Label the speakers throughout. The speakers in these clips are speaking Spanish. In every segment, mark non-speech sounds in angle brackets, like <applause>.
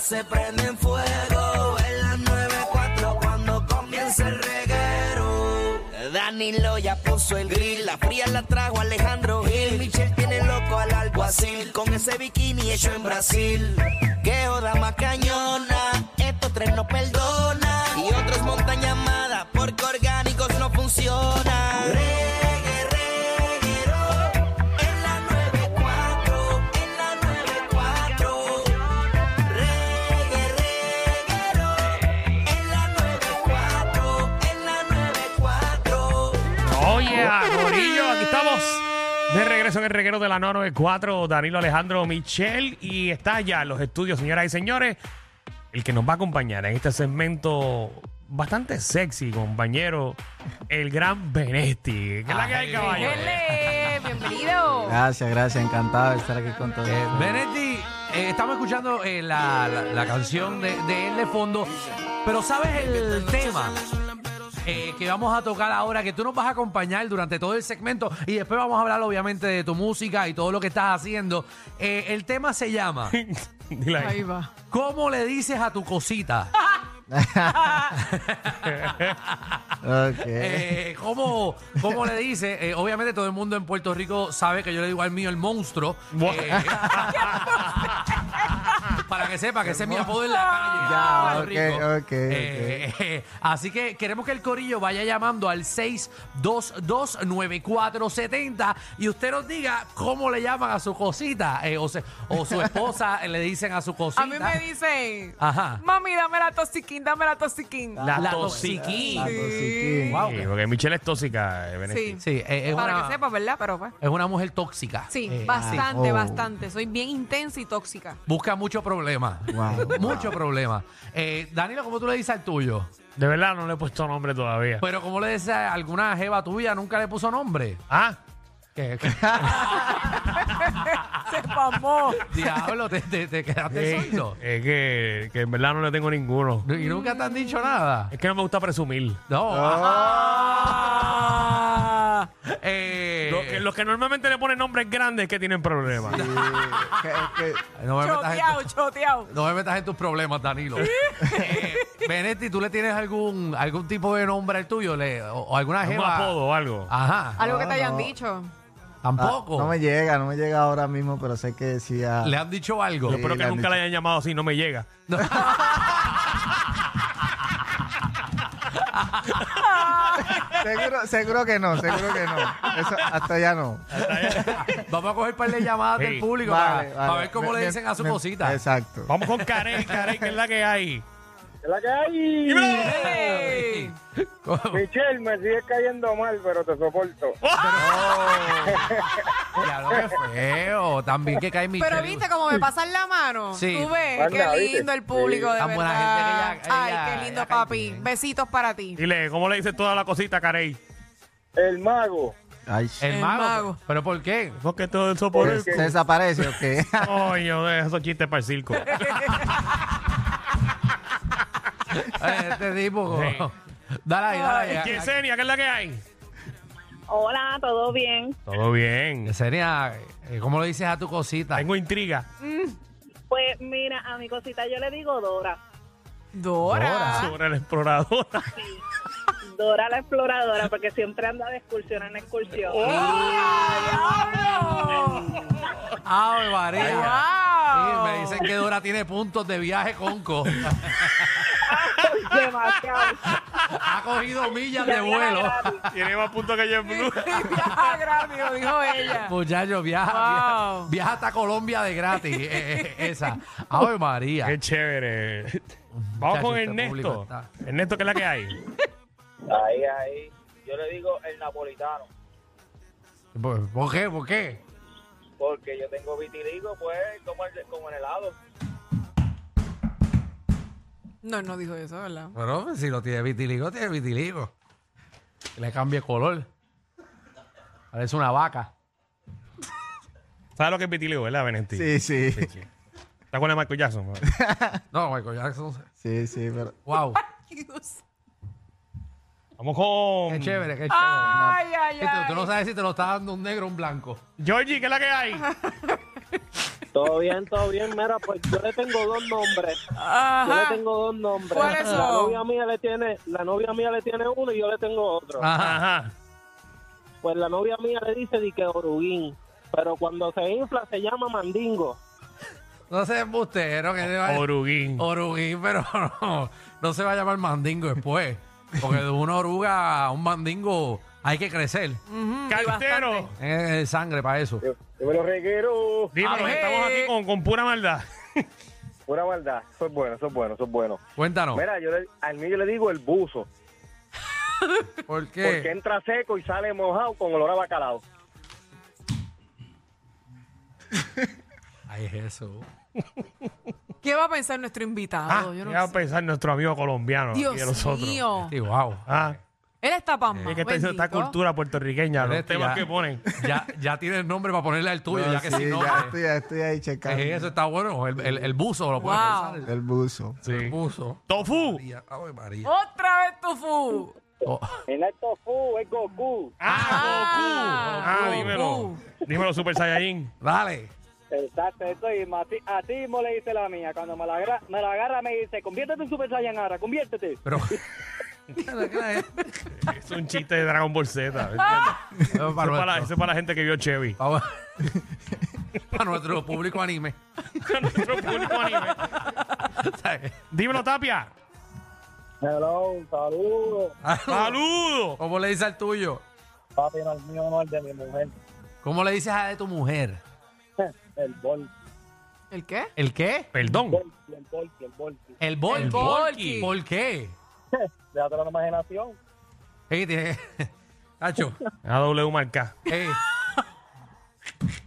Speaker 1: se prende en fuego. En las 94 cuando comienza el reguero. Danilo ya puso el grill, la fría la trajo Alejandro Gil. Michel tiene loco al alguacil con ese bikini hecho en Brasil. Que joda más cañona, estos tres no perdonan. Y otros montan llamadas porque orgánicos no funcionan. Reggae, reguero, en la 94, en la 94. Reggae, reguero, en la 94, en la 94.
Speaker 2: Oye, Corillo, aquí estamos de regreso en el reguero de la 994, Danilo Alejandro Michel, y está ya en los estudios, señoras y señores, el que nos va a acompañar en este segmento bastante sexy, compañero, el gran Benesti. ¿Qué es la que hay, caballo?
Speaker 3: Dele, bienvenido.
Speaker 4: Ah,
Speaker 5: Gracias, gracias, encantado de estar aquí con todos.
Speaker 4: Eh, Benetti, eh, estamos escuchando eh, la, la- la canción de, de él de fondo, pero ¿sabes el tema? eh, que vamos a tocar ahora, que tú nos vas a acompañar durante todo el segmento y después vamos a hablar obviamente de tu música y todo lo que estás haciendo. Eh, el tema se llama
Speaker 2: Dile ahí.
Speaker 3: Ahí va.
Speaker 4: ¿Cómo le dices a tu cosita?
Speaker 5: Ok.
Speaker 4: Eh, ¿cómo, cómo le dices? Eh, obviamente todo el mundo en Puerto Rico sabe que yo le digo al mío el monstruo.
Speaker 2: Buah.
Speaker 4: Eh, <laughs> para que sepa que ese es mi apodo en la calle. Ah,
Speaker 5: Ya, ok,
Speaker 4: Puerto Rico.
Speaker 5: ok,
Speaker 4: Eh, eh, <laughs> así que queremos que el corillo vaya llamando al 6229470 y usted nos diga cómo le llaman a su cosita eh, o, se- o su esposa eh, le dicen a su cosita.
Speaker 3: A mí me dicen,
Speaker 4: Ajá.
Speaker 3: mami, dame la toxiquín, dame la toxiquín.
Speaker 2: La,
Speaker 4: La
Speaker 2: toxiquín.
Speaker 5: La cosiquín.
Speaker 3: Sí.
Speaker 4: Wow.
Speaker 2: Sí, porque Michelle es tóxica, eh, Benesti.
Speaker 3: Sí.
Speaker 4: Sí, eh, es,
Speaker 3: Para
Speaker 4: una,
Speaker 3: que sepas, ¿verdad? Pero pues.
Speaker 4: es una mujer tóxica.
Speaker 3: Sí,
Speaker 4: Eh,
Speaker 3: bastante,
Speaker 5: ah, oh.
Speaker 3: bastante. Soy bien intensa y tóxica. <laughs>
Speaker 4: Busca mucho problema.
Speaker 5: Wow, wow.
Speaker 4: mucho problema. Eh, Danilo, ¿cómo tú le dices al tuyo?
Speaker 2: De verdad no le he puesto nombre todavía.
Speaker 4: Pero ¿cómo le dices a alguna jeva tuya? ¿Nunca le puso nombre?
Speaker 2: ah,
Speaker 4: Que- que-
Speaker 3: Se
Speaker 4: <laughs>
Speaker 3: pamó.
Speaker 4: <laughs> diablo, te, te- te quedaste
Speaker 2: eh,
Speaker 4: solto.
Speaker 2: <laughs> es que, que en verdad no le tengo ninguno.
Speaker 4: Y nunca te han dicho nada.
Speaker 2: Es que no me gusta presumir.
Speaker 4: No. Ah. Eh,
Speaker 2: Los que, los que normalmente le ponen nombres grandes es que tienen problemas.
Speaker 5: Sí, que- es que-
Speaker 4: no, me metas en
Speaker 3: Choteado,
Speaker 4: tu-
Speaker 3: choteado.
Speaker 4: no me metas en tus problemas, Danilo. Eh, Benetti, ¿tú le tienes algún algún tipo de nombre al tuyo? Le- o, o alguna
Speaker 2: Un
Speaker 4: jeva?
Speaker 2: apodo o algo.
Speaker 4: Ah, Ajá.
Speaker 3: Algo que te
Speaker 5: No,
Speaker 3: hayan
Speaker 5: no.
Speaker 3: dicho.
Speaker 5: ah,
Speaker 4: Tampoco.
Speaker 5: no me llega, no me llega ahora mismo, pero sé que ah. decía.
Speaker 4: ¿Le han dicho algo?
Speaker 2: Yo espero que
Speaker 5: la
Speaker 2: nunca
Speaker 5: neta.
Speaker 2: la hayan llamado así, no me llega.
Speaker 5: Seguro, seguro que no, seguro que no. Eso, hasta ya no.
Speaker 4: Vamos a coger par de llamadas
Speaker 2: Sí.
Speaker 4: del público para,
Speaker 5: Vale,
Speaker 4: para
Speaker 5: vale.
Speaker 4: ver cómo
Speaker 5: Me-
Speaker 4: le dicen a su
Speaker 5: me-
Speaker 4: cosita.
Speaker 5: Exacto.
Speaker 2: Vamos con Karen, Karen, que es la que hay.
Speaker 6: la que hay?
Speaker 3: Ey.
Speaker 6: <laughs> Michelle, me sigues cayendo mal, pero te soporto.
Speaker 4: Diablo, qué feo. También que cae mi
Speaker 3: Pero viste cómo me pasan la mano.
Speaker 4: Sí.
Speaker 3: Tú ves,
Speaker 6: Anda,
Speaker 3: qué
Speaker 6: ¿viste?
Speaker 3: lindo el público de
Speaker 4: Tan buena
Speaker 3: verdad.
Speaker 4: gente que ella- ella-
Speaker 3: Ay, qué lindo,
Speaker 4: ella cae
Speaker 3: papi.
Speaker 4: bien.
Speaker 3: Besitos para ti.
Speaker 2: Dile, ¿cómo le dices toda la cosita, Karen?
Speaker 6: El mago.
Speaker 5: Ay,
Speaker 4: El,
Speaker 3: El
Speaker 4: mago.
Speaker 3: mago.
Speaker 4: ¿Pero por qué?
Speaker 2: Porque todo eso por
Speaker 6: Pues
Speaker 5: ¿se,
Speaker 2: el...
Speaker 5: se desaparece o qué? <laughs>
Speaker 2: Coño, deja esos chistes para el circo.
Speaker 4: este tipo.
Speaker 2: Sí.
Speaker 4: Dale ahí, dale ahí.
Speaker 2: Yesenia, ¿qué es la que hay?
Speaker 7: Hola, ¿todo bien?
Speaker 2: Todo bien.
Speaker 4: Yesenia, eh, ¿cómo le dices a tu cosita?
Speaker 2: Tengo intriga.
Speaker 7: Pues mira, a mi cosita yo le digo Dora.
Speaker 3: Dora.
Speaker 2: Sobre el explorador.
Speaker 7: Dora la exploradora, porque siempre anda de excursión en excursión.
Speaker 4: Oh.
Speaker 3: ¡Diablo!
Speaker 4: ¡Ave María!
Speaker 3: ¡Wow!
Speaker 4: Sí, me dicen que Dora tiene puntos de viaje conco.
Speaker 7: Demasiado.
Speaker 4: ha cogido millas <laughs>
Speaker 7: Ya
Speaker 4: de
Speaker 7: viaja
Speaker 4: vuelo.
Speaker 2: <laughs>
Speaker 7: gratis.
Speaker 2: Tiene más puntos que yo en blue.
Speaker 3: Viaja gratis, dijo ella.
Speaker 4: Muchachos, viaja,
Speaker 3: Wow.
Speaker 4: viaja, viaja hasta Colombia de gratis. eh, eh, esa. Ave María.
Speaker 2: Qué chévere. Vamos
Speaker 4: Muchacho,
Speaker 2: con
Speaker 4: este público
Speaker 2: Ernesto.
Speaker 4: está-
Speaker 2: Ernesto, ¿qué es la que hay?
Speaker 6: Ahí, ahí. Yo le digo el napolitano,
Speaker 4: ¿Por por qué? ¿Por qué?
Speaker 6: porque yo tengo vitiligo, pues, como, el, como en helado.
Speaker 3: No, no dijo eso, ¿verdad?
Speaker 4: Bueno, pues si lo tiene vitiligo, tiene vitiligo. Que le cambie color. Parece una vaca.
Speaker 2: ¿Sabes lo que es vitiligo, verdad, Benesti?
Speaker 5: Sí, sí.
Speaker 2: ¿Te acuerdas de Michael Jackson?
Speaker 4: No, Michael Jackson.
Speaker 5: Sí, sí, pero.
Speaker 4: Wow.
Speaker 3: Dios.
Speaker 2: Vamos con...
Speaker 4: Qué chévere, qué chévere.
Speaker 3: Ay, ay,
Speaker 4: Viste, Tú no
Speaker 3: ay.
Speaker 4: sabes si te lo está dando un negro o un blanco.
Speaker 2: Georgie, ¿qué es la que hay?
Speaker 6: Todo bien, todo bien. Mira, pues yo le tengo dos nombres. Yo le
Speaker 3: Ajá.
Speaker 6: tengo dos nombres.
Speaker 3: ¿Cuáles
Speaker 6: La
Speaker 3: son?
Speaker 6: novia mía le tiene, la novia mía le tiene uno y yo le tengo otro.
Speaker 4: Ajá.
Speaker 2: Ajá.
Speaker 6: Pues la novia mía le dice di que oruguín, pero cuando se infla se llama mandingo.
Speaker 4: No se embustero que le va a-
Speaker 2: Oruguín.
Speaker 3: Oh,
Speaker 4: Oruguín, pero <laughs> no, no se va a llamar mandingo después. Porque de una oruga a un mandingo hay que crecer.
Speaker 2: Cartero.
Speaker 4: Es sangre para eso.
Speaker 6: Dímelo, reguero.
Speaker 2: Dímelo,
Speaker 3: Ay.
Speaker 2: estamos aquí con, con pura maldad.
Speaker 6: Pura maldad. Eso es bueno, eso es bueno, eso es bueno.
Speaker 4: Cuéntanos.
Speaker 6: Mira, yo le, al mío yo le digo el buzo,
Speaker 4: ¿Por
Speaker 6: porque
Speaker 4: qué?
Speaker 6: entra seco y sale mojado con olor a bacalao.
Speaker 4: Ay, Jesús.
Speaker 3: ¿Qué va a pensar nuestro invitado?
Speaker 2: Ah,
Speaker 3: Yo no
Speaker 2: ya va a
Speaker 3: sé.
Speaker 2: pensar nuestro amigo colombiano. aquí de
Speaker 3: Dios
Speaker 2: nosotros.
Speaker 3: mío.
Speaker 4: Sí, wow.
Speaker 2: Ah,
Speaker 3: Él está pampa.
Speaker 2: es que esta, esta
Speaker 3: bendito.
Speaker 2: cultura puertorriqueña, los temas que ponen.
Speaker 4: Ya, ya tiene el nombre para ponerle al tuyo,
Speaker 5: No,
Speaker 4: ya que
Speaker 5: sí,
Speaker 4: si no.
Speaker 5: ya
Speaker 4: eh,
Speaker 5: estoy, ya estoy ahí checando.
Speaker 4: eh, eso está bueno. El, el- el buzo lo puede
Speaker 3: Wow.
Speaker 4: usar.
Speaker 5: El buzo.
Speaker 4: El
Speaker 2: Sí.
Speaker 4: buzo.
Speaker 2: Tofu.
Speaker 4: María, ay, María.
Speaker 3: Otra vez tu fu.
Speaker 4: Oh.
Speaker 6: En el tofu es Goku.
Speaker 2: Ah,
Speaker 3: Ah,
Speaker 2: Goku. Ah, dímelo.
Speaker 3: Goku.
Speaker 2: Dímelo, Super Saiyajin.
Speaker 4: Dale.
Speaker 6: Exacto, eso y a ti mismo le dice la mía. Cuando me la, agarra, me la agarra me dice, conviértete en Super Saiyan ahora, conviértete.
Speaker 4: Pero.
Speaker 2: Es un chiste de Dragon Ball Z. ¿me entiendes?
Speaker 3: Ah.
Speaker 4: Eso
Speaker 2: Eso es para,
Speaker 4: nuestro-
Speaker 2: eso es para la gente que vio Chevy. <laughs>
Speaker 4: Vamos- <laughs> Para nuestro público anime.
Speaker 2: Nuestro público anime. Dímelo, Tapia.
Speaker 6: Hello, un saludo.
Speaker 2: ¡Saludos!
Speaker 4: ¿Cómo le dices al tuyo?
Speaker 6: Papi, no el mío, no el de mi mujer.
Speaker 4: ¿Cómo le dices a de tu mujer?
Speaker 6: El bol,
Speaker 3: ¿El qué?
Speaker 4: ¿El qué?
Speaker 2: Perdón.
Speaker 6: el bol, el bol.
Speaker 4: El bol.
Speaker 3: El volky.
Speaker 4: ¿Por qué?
Speaker 6: Déjate la imaginación.
Speaker 4: Ey, tiene- <laughs> Tacho,
Speaker 2: A W marca.
Speaker 4: ey. <laughs>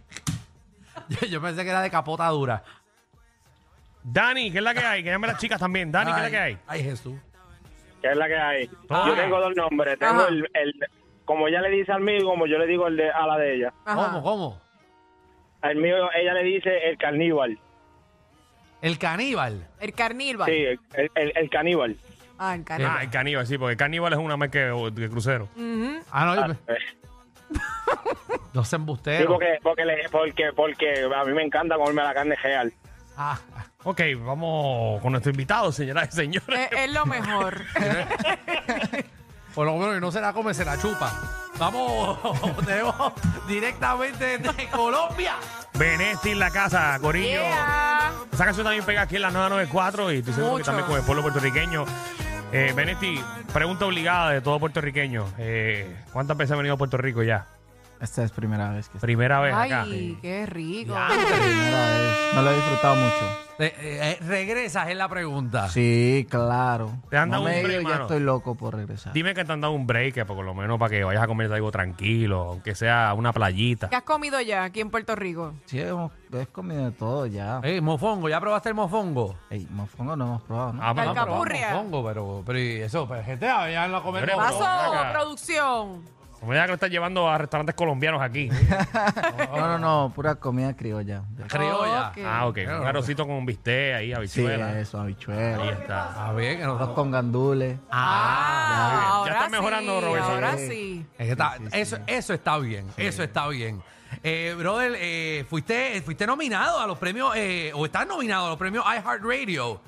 Speaker 4: Yo, yo pensé que era de capota dura.
Speaker 2: Dani, ¿qué es la que hay? Que llame las chicas también. Dani, ¿qué es la que hay?
Speaker 4: Ay, Jesús.
Speaker 6: ¿Qué es la que hay?
Speaker 2: Ah.
Speaker 6: Yo tengo dos nombres. Tengo
Speaker 3: Ajá.
Speaker 6: el, el, como ella le dice al mío, como yo le digo el de, a la de ella.
Speaker 3: Ajá.
Speaker 4: ¿Cómo, cómo?
Speaker 6: Al mío, ella le dice el carníbal.
Speaker 4: El caníbal.
Speaker 3: El carníval.
Speaker 6: Sí, el, el, el caníbal.
Speaker 3: Ah, el carníval.
Speaker 2: Ah, el caníbal, sí, porque el caníbal es una marca de, de crucero.
Speaker 3: Mm.
Speaker 4: Ah, no, yo-
Speaker 6: Eh,
Speaker 2: eh.
Speaker 4: no se
Speaker 6: Sí,
Speaker 4: embusteros.
Speaker 6: porque, porque, le- porque, porque a mí me encanta comerme la carne real.
Speaker 4: Ah,
Speaker 2: Ok, vamos con nuestro invitado, señoras y
Speaker 3: <laughs>
Speaker 2: señores.
Speaker 3: Es, es lo mejor.
Speaker 4: por lo menos que no se la come, se la chupa. Vamos, <laughs> tenemos directamente desde Colombia.
Speaker 2: Benesti en la casa, Corillo.
Speaker 3: Yeah.
Speaker 2: Esa canción también pega aquí en la 994 y estoy seguro que
Speaker 3: Mucho.
Speaker 2: también con el pueblo puertorriqueño. Eh, Benesti, pregunta obligada de todo puertorriqueño. Eh, ¿Cuántas veces has venido a Puerto Rico ya?
Speaker 8: Esta es primera vez que estoy.
Speaker 2: Primera vez acá.
Speaker 3: Ay, qué rico.
Speaker 8: Primera vez. Me lo he disfrutado mucho.
Speaker 4: Eh, eh, eh, regresas es la pregunta.
Speaker 8: Sí, claro.
Speaker 2: Te han dado
Speaker 8: no me
Speaker 2: un
Speaker 8: he ido,
Speaker 2: break,
Speaker 8: ya
Speaker 2: mano.
Speaker 8: estoy loco por regresar.
Speaker 2: Dime que te han dado un break, eh, por lo menos para que vayas a comer algo tranquilo, aunque sea una playita.
Speaker 3: ¿Qué has comido ya aquí en Puerto Rico?
Speaker 8: Sí, hemos, he comido de todo ya.
Speaker 4: Ey, Eh, mofongo, ¿ya probaste el mofongo?
Speaker 8: Ey, mofongo no hemos probado, ¿no?
Speaker 2: Ah,
Speaker 3: La
Speaker 2: vamos, vamos.
Speaker 3: alcapurria.
Speaker 4: Mofongo, pero, pero y eso, pero gente, ah, ya no comer
Speaker 2: Señores,
Speaker 4: mofongo.
Speaker 3: Paso,
Speaker 2: acá.
Speaker 3: producción.
Speaker 2: No me digas que lo estás llevando a restaurantes colombianos aquí.
Speaker 8: No, no, no, pura comida criolla.
Speaker 4: Criolla.
Speaker 3: Ok.
Speaker 2: ah, ok. Un arrocito con un bistec ahí,
Speaker 8: Sí,
Speaker 2: habichuela.
Speaker 8: eso,
Speaker 2: Ahí
Speaker 8: habichuela.
Speaker 2: está.
Speaker 4: Ah, bien, que no-
Speaker 8: Arroz con gandules.
Speaker 3: Ah,
Speaker 2: bien. Ya
Speaker 3: ahora
Speaker 2: está
Speaker 3: sí,
Speaker 2: mejorando, Roberto.
Speaker 3: Ahora sí.
Speaker 4: Es que está-
Speaker 8: Sí, sí,
Speaker 4: eso,
Speaker 8: sí.
Speaker 4: eso está bien, eso está bien. Eh, brother, eh, fuiste, fuiste nominado a los premios, eh, o estás nominado a los premios iHeartRadio.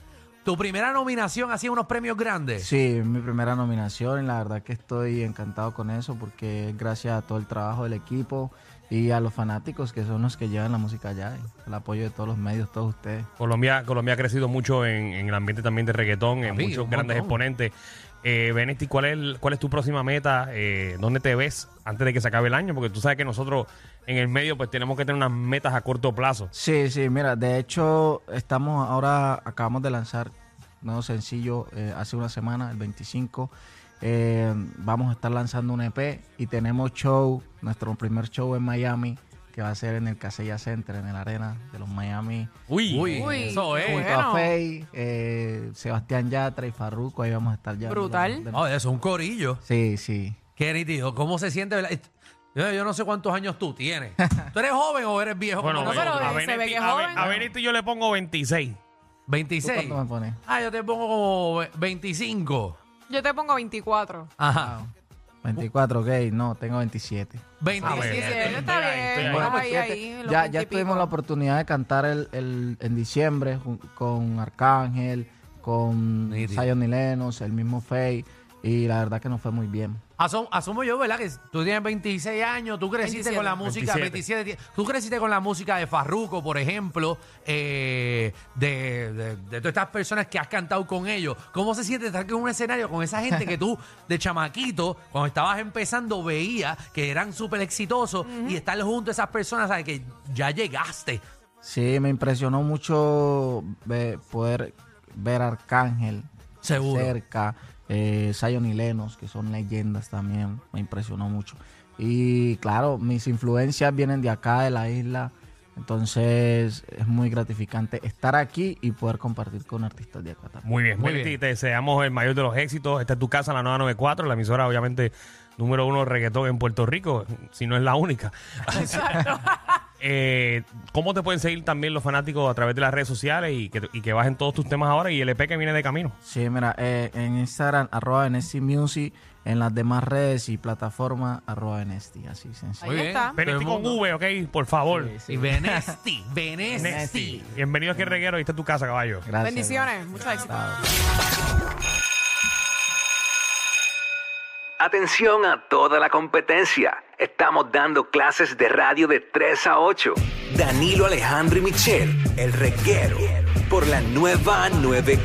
Speaker 4: Tu primera nominación ha sido unos premios grandes.
Speaker 8: Sí, mi primera nominación y la verdad que estoy encantado con eso porque es gracias a todo el trabajo del equipo y a los fanáticos que son los que llevan la música allá, y el apoyo de todos los medios, todos ustedes.
Speaker 2: Colombia, Colombia ha crecido mucho en, en el ambiente también de reggaetón, en
Speaker 4: Papi,
Speaker 2: muchos
Speaker 4: un
Speaker 2: grandes
Speaker 4: montón.
Speaker 2: exponentes. Eh, Benesti, ¿cuál es, el- ¿cuál es tu próxima meta? Eh, ¿Dónde te ves antes de que se acabe el año? Porque tú sabes que nosotros en el medio pues tenemos que tener unas metas a corto plazo.
Speaker 8: Sí, sí, mira, de hecho estamos ahora, acabamos de lanzar un nuevo sencillo eh, hace una semana, el 25. Eh, vamos a estar lanzando un EP y tenemos show, nuestro primer show en Miami, que va a ser en el Casella Center, en el Arena de los Miami.
Speaker 2: Uy,
Speaker 4: Uy,
Speaker 3: Uy,
Speaker 4: eso es.
Speaker 3: bueno.
Speaker 8: Junto a Fey, eh, Sebastián Yatra y Farruko, ahí vamos a estar ya.
Speaker 3: Brutal.
Speaker 4: No, Oh, eso es un corillo.
Speaker 8: Sí, sí.
Speaker 4: Qué nítido, ¿cómo se siente? verdad? Yo, yo no sé cuántos años tú tienes. ¿Tú eres joven o eres viejo?
Speaker 2: Bueno,
Speaker 4: como
Speaker 3: No, pero
Speaker 2: a
Speaker 4: nosotros?
Speaker 3: se ve
Speaker 2: Benesti-
Speaker 3: que es
Speaker 2: a Be-
Speaker 3: joven.
Speaker 2: a Benesti yo le pongo 26.
Speaker 8: ¿Tú
Speaker 4: 26.
Speaker 8: cuánto me pones?
Speaker 4: Ah, yo te pongo como ve- 25.
Speaker 3: Yo te pongo 24.
Speaker 4: Ajá.
Speaker 8: 24, ok. No, tengo 27.
Speaker 4: 27.
Speaker 2: Ah, bueno.
Speaker 3: está
Speaker 2: Estoy ahí,
Speaker 3: bien.
Speaker 2: estoy
Speaker 3: Vamos
Speaker 8: ahí.
Speaker 3: ahí, ahí. los
Speaker 8: pues ya
Speaker 3: 20
Speaker 8: ya
Speaker 3: y
Speaker 8: tuvimos
Speaker 3: pico.
Speaker 8: la oportunidad de cantar el, el- en diciembre jun- con Arcángel, con
Speaker 4: Nítido.
Speaker 8: Zion y Lennox, el mismo Faye. Y la verdad que nos fue muy bien.
Speaker 4: Asom- asumo yo, ¿verdad? Que tú tienes 26 años, tú creciste
Speaker 3: 27.
Speaker 4: con la música,
Speaker 2: 27.
Speaker 4: 27. tú creciste con la música de Farruko, por ejemplo, eh, de, de- de todas estas personas que has cantado con ellos. ¿Cómo se siente estar en un escenario con esa gente que
Speaker 3: <laughs>
Speaker 4: tú, de chamaquito, cuando estabas empezando, veías que eran súper exitosos y estar junto a esas personas a que ya llegaste?
Speaker 8: Sí, me impresionó mucho ve- poder ver a Arcángel
Speaker 4: Seguro.
Speaker 8: cerca, eh, Zion y Lennox, que son leyendas también, me impresionó mucho. Y claro, mis influencias vienen de acá, de la isla, entonces es muy gratificante estar aquí y poder compartir con artistas de acá también.
Speaker 2: Muy bien,
Speaker 4: Muy
Speaker 2: muy bien.
Speaker 4: bien.
Speaker 2: Te deseamos el mayor de los éxitos. Esta es tu casa, la 994, la emisora, obviamente, número uno de reggaetón en Puerto Rico, si no es la única. Así- <laughs> Eh, ¿Cómo te pueden seguir también los fanáticos a través de las redes sociales y que, y que bajen todos tus temas ahora y el EP que viene de camino?
Speaker 8: Sí, mira, eh, en Instagram, arroba NST Music, en las demás redes y plataformas, arroba NST, así sencillo.
Speaker 3: Ahí está.
Speaker 4: Todo el
Speaker 2: Venesti con
Speaker 4: mundo.
Speaker 2: V, ok, por favor.
Speaker 4: Y Benesti, Benesti.
Speaker 2: Nesti. Bienvenido aquí, Reguero. Y esta es tu casa, caballo.
Speaker 8: Gracias.
Speaker 3: Bendiciones. Muchas gracias.
Speaker 9: Atención a toda la competencia. Estamos dando clases de radio de 3 a 8. Danilo Alejandro y Michel, el reguero, por la nueva 9.